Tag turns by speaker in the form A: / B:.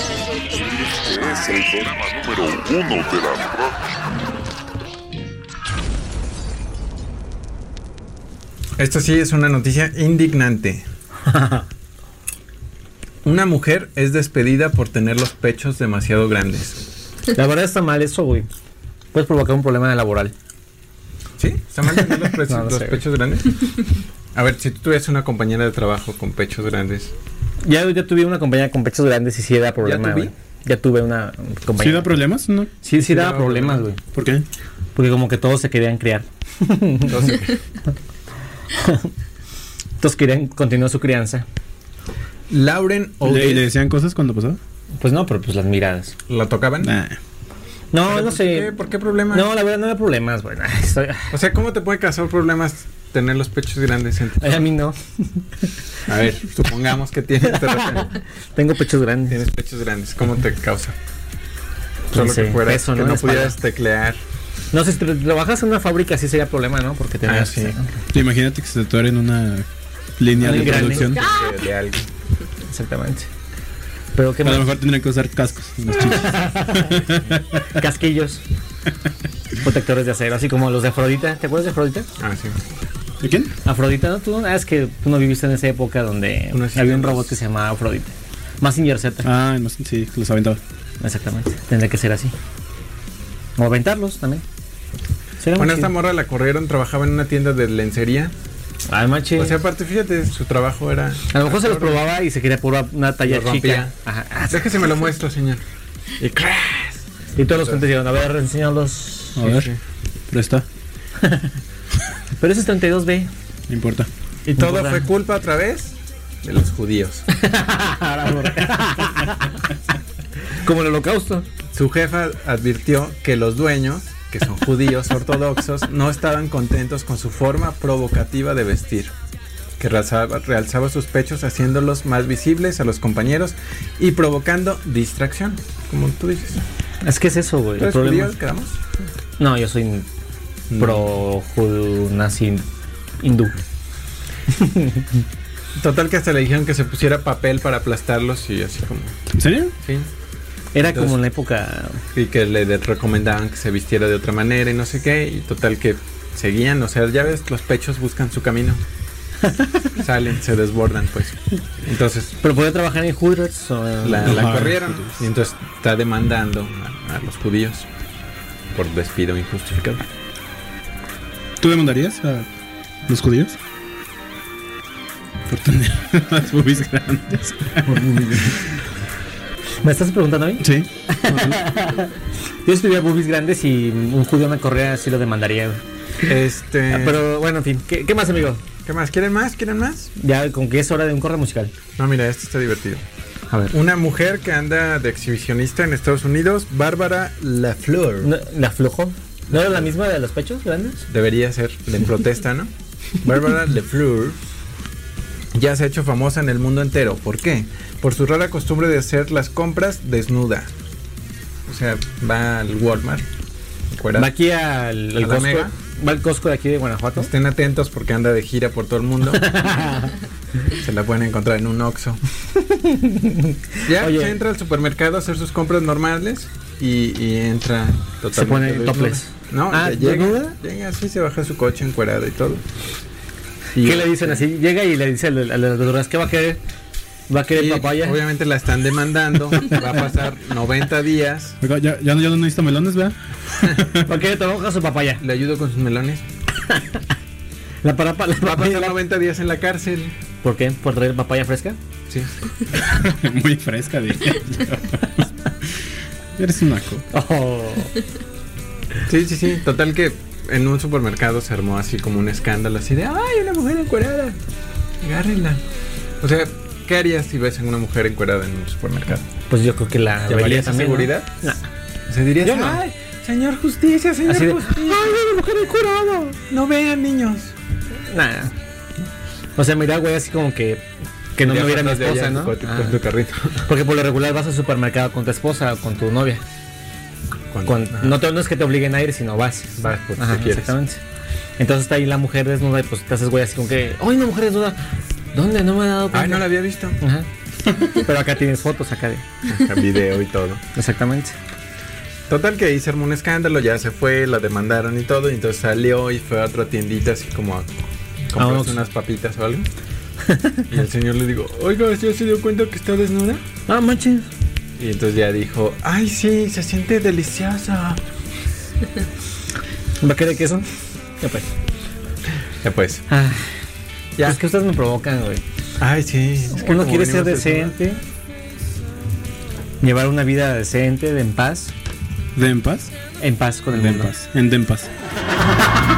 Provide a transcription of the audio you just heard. A: Este es el programa número uno de la radio.
B: Esta sí es una noticia indignante. Una mujer es despedida por tener los pechos demasiado grandes.
C: La verdad está mal eso, güey. Puedes provocar un problema laboral.
B: ¿Sí? ¿Está mal tener los, precios-
C: No, no
B: los
C: sé, güey.
B: pechos grandes? A ver, si tú tuvieras una compañera de trabajo con pechos grandes.
C: Ya, ya tuve una compañera con pechos grandes y sí da problema,
B: tuve?
C: güey. Ya tuve una
D: ¿Sí da
C: compañera.
D: problemas? ¿No?
C: Sí, sí, daba
B: da
C: problemas, güey.
D: ¿Por qué?
C: Porque como que todos se querían criar.
B: Entonces,
C: Todos querían continuar su crianza.
B: Lauren
D: ¿Le, le
B: O'Day
D: decían cosas cuando pasaba?
C: Pues no, pero pues las miradas.
B: la tocaban.
D: Nah.
C: No, no
B: ¿Qué?
C: sé.
B: ¿Por qué problema?
C: No, la verdad no había problemas, güey. Ay, estoy-
B: O sea, ¿cómo te puede causar problemas tener los pechos grandes? en tu-
C: ay, A mí no.
B: A ver, supongamos que tienes, te refiero,
C: Tengo pechos grandes.
B: tienes pechos grandes. ¿Cómo te causa?
C: Pues,
B: Solo
C: no sé,
B: que fuera,
C: peso,
B: que
C: ¿no?
B: no
C: En la
B: pudieras teclear.
C: No sé, si tra- trabajas en una fábrica sí sería problema, ¿no? Porque tenías...
B: Ah, sí.
D: Imagínate que se tatuara en una línea
C: Un
D: de
C: engrane.
D: producción. A
B: de- de algo.
C: Exactamente. Pero qué
D: lo
C: más.
D: mejor tendrían que usar cascos. en los chichis.
C: Casquillos. Protectores de acero, así como los de Afrodita. ¿Te acuerdas de Afrodita?
B: Ah, sí.
D: ¿De quién?
C: Afrodita, ¿no? Tú, ah, es que tú no viviste en esa época donde
B: No, sí,
C: había un
B: no.
C: robot que se llamaba Afrodita. Massinger Z.
D: Ah, no sé, sí, los aventaba.
C: Exactamente. Tendría que ser así. O aventarlos también. Sería muy
B: Bueno, esta
C: chido.
B: morra la corrieron, trabajaba en una tienda de lencería.
C: Ay, machi.
B: O sea, aparte, fíjate, su trabajo era...
C: a lo mejor se los probaba y se quería por una talla
B: Los
C: chica.
B: rompía.
C: Ajá. Ah, sí.
B: Déjese me lo muestro, señor. Y crash.
C: Y todos los clientes dijeron, a ver, enséñalos.
D: A ver, presta.
C: Pero ese es 32B.
D: No importa.
B: Y todo
C: Hola.
B: fue culpa otra vez de los judíos.
C: Ahora, por- Como el holocausto.
B: Su jefa advirtió que los dueños, que son judíos ortodoxos, no estaban contentos con su forma provocativa de vestir, que realzaba, realzaba sus pechos haciéndolos más visibles a los compañeros y provocando distracción, como tú dices.
C: Es que es eso, güey.
B: ¿Tú
C: El
B: eres
C: problema.
B: judío? ¿Quedamos?
C: No, yo soy pro judú nazi hindú.
B: Total que hasta le dijeron que se pusiera papel para aplastarlos y así como...
D: ¿En serio?
B: Sí.
C: Era
B: Entonces-
C: como en la época.
B: y que le de- recomendaban que se vistiera de otra manera y no sé qué, y total que seguían, o sea, ya ves, los pechos buscan su camino. Salen, se desbordan, pues. Entonces
C: Pero podía trabajar en Hooters o en-
B: la, la
D: Ajá.
B: corrieron y entonces está demandando a, a los judíos por despido injustificado.
D: ¿Tú demandarías a los judíos? Por tener las boobies grandes.
C: ¿Me estás preguntando a mí?
D: Sí.
C: Yo si tuviera boobies grandes y un judío me corría, sí lo demandaría. güey.
B: Este,
C: Ah, Pero bueno, en fin. ¿Qué, qué más, amigo?
B: ¿qué más? ¿Quieren más? ¿Quieren más?
C: Ya con que es hora de un corte musical.
B: No, mira, esto está divertido.
C: A ver.
B: Una mujer que anda de exhibicionista en Estados Unidos, Bárbara LaFleur.
C: ¿La aflojo? ¿No era la misma de los pechos grandes?
B: Debería ser de protesta, ¿no? Bárbara LeFleur ya se ha hecho famosa en el mundo entero. ¿Por qué? Por su rara costumbre de hacer las compras desnuda. O sea, va al Walmart. encuerada.
C: Va aquí al, al
B: ¿A la
C: Costco.
B: Mega?
C: Va al Costco de aquí de Guanajuato.
B: Estén atentos porque anda de gira por todo el mundo. se la pueden encontrar en un Oxxo. ya
C: Oye.
B: entra al supermercado a hacer sus compras normales y, y entra totalmente
C: Se pone
B: desnuda.
C: topless.
B: No,
C: Ah,
B: ya llega,
C: ¿desnuda?
B: llega así, se baja su coche encuerada y todo. Y-
C: ¿Qué le dicen así? Llega y le dice a las verduras que va a querer. Va a querer
B: Y
C: papaya.
B: Obviamente la están demandando. va a pasar 90 días.
D: Oiga, Ya, ya, no- ya no necesito melones, ¿verdad?
C: Va a querer toronjas o papaya.
B: Le ayudo con sus melones.
C: La para la
B: Va a pasar
C: papaya.
B: 90 días en la cárcel.
C: ¿Por qué? ¿Por traer papaya fresca?
B: Sí.
D: Muy fresca, diría yo. Eres un naco.
C: Oh.
B: sí, sí, sí. Total que en un supermercado se armó así como un escándalo. Así de, ¡ay, una mujer encuerada! Agárrenla. O sea, ¿qué harías si ves a una mujer encuerada en un supermercado?
C: Pues yo creo que la
B: ¿Llamarías a
C: también, ¿no?
B: seguridad?
C: Nah.
B: O sea, dirías,
C: Yo no.
B: ¡ay, señor justicia, señor
C: Así de,
B: justicia! ¡Ay, una mujer encuerada! No vean, niños.
C: Nah. O sea, mira, güey, así como que que no me
B: Dirías,
C: viera mi
B: "Atrás de allá
C: esposa,
B: en
C: ¿no?
B: tu-
C: Ah.
B: Con tu carrito.
C: Porque por lo regular vas al supermercado con tu esposa o con tu novia. Con-
B: Ajá.
C: no, te- no es que te obliguen a ir, sino vas.
B: Vas por si
C: Ajá,
B: quieres.
C: Exactamente. Entonces está ahí la mujer desnuda y pues te haces güey así como que, ¡ay, una mujer desnuda! ¿Dónde? No me ha dado cuenta.
B: Ay, no la había visto.
C: Ajá. Pero acá tienes fotos acá de.
B: Video y todo.
C: Exactamente.
B: Total que ahí se armó un escándalo, ya se fue, la demandaron y todo, y entonces salió y fue a otra tiendita así como a
C: Vamos.
B: comprarse unas papitas o algo. Y el señor le dijo, oiga, ¿ya se dio cuenta que está desnuda?
C: Ah, manches.
B: Y entonces ya dijo, ay sí, se siente deliciosa.
C: ¿Va a querer queso? Ya pues.
B: Ya pues,
C: Ah,
B: ya.
C: Es que ustedes me provocan, güey.
B: Ay sí. es que
C: Uno
B: como
C: quiere ser
B: venimos de- este
C: decente, llevar una vida decente, de en paz,
D: ¿Den paz?
C: en paz con el
D: Den
C: mundo.
D: paz. En Den paz.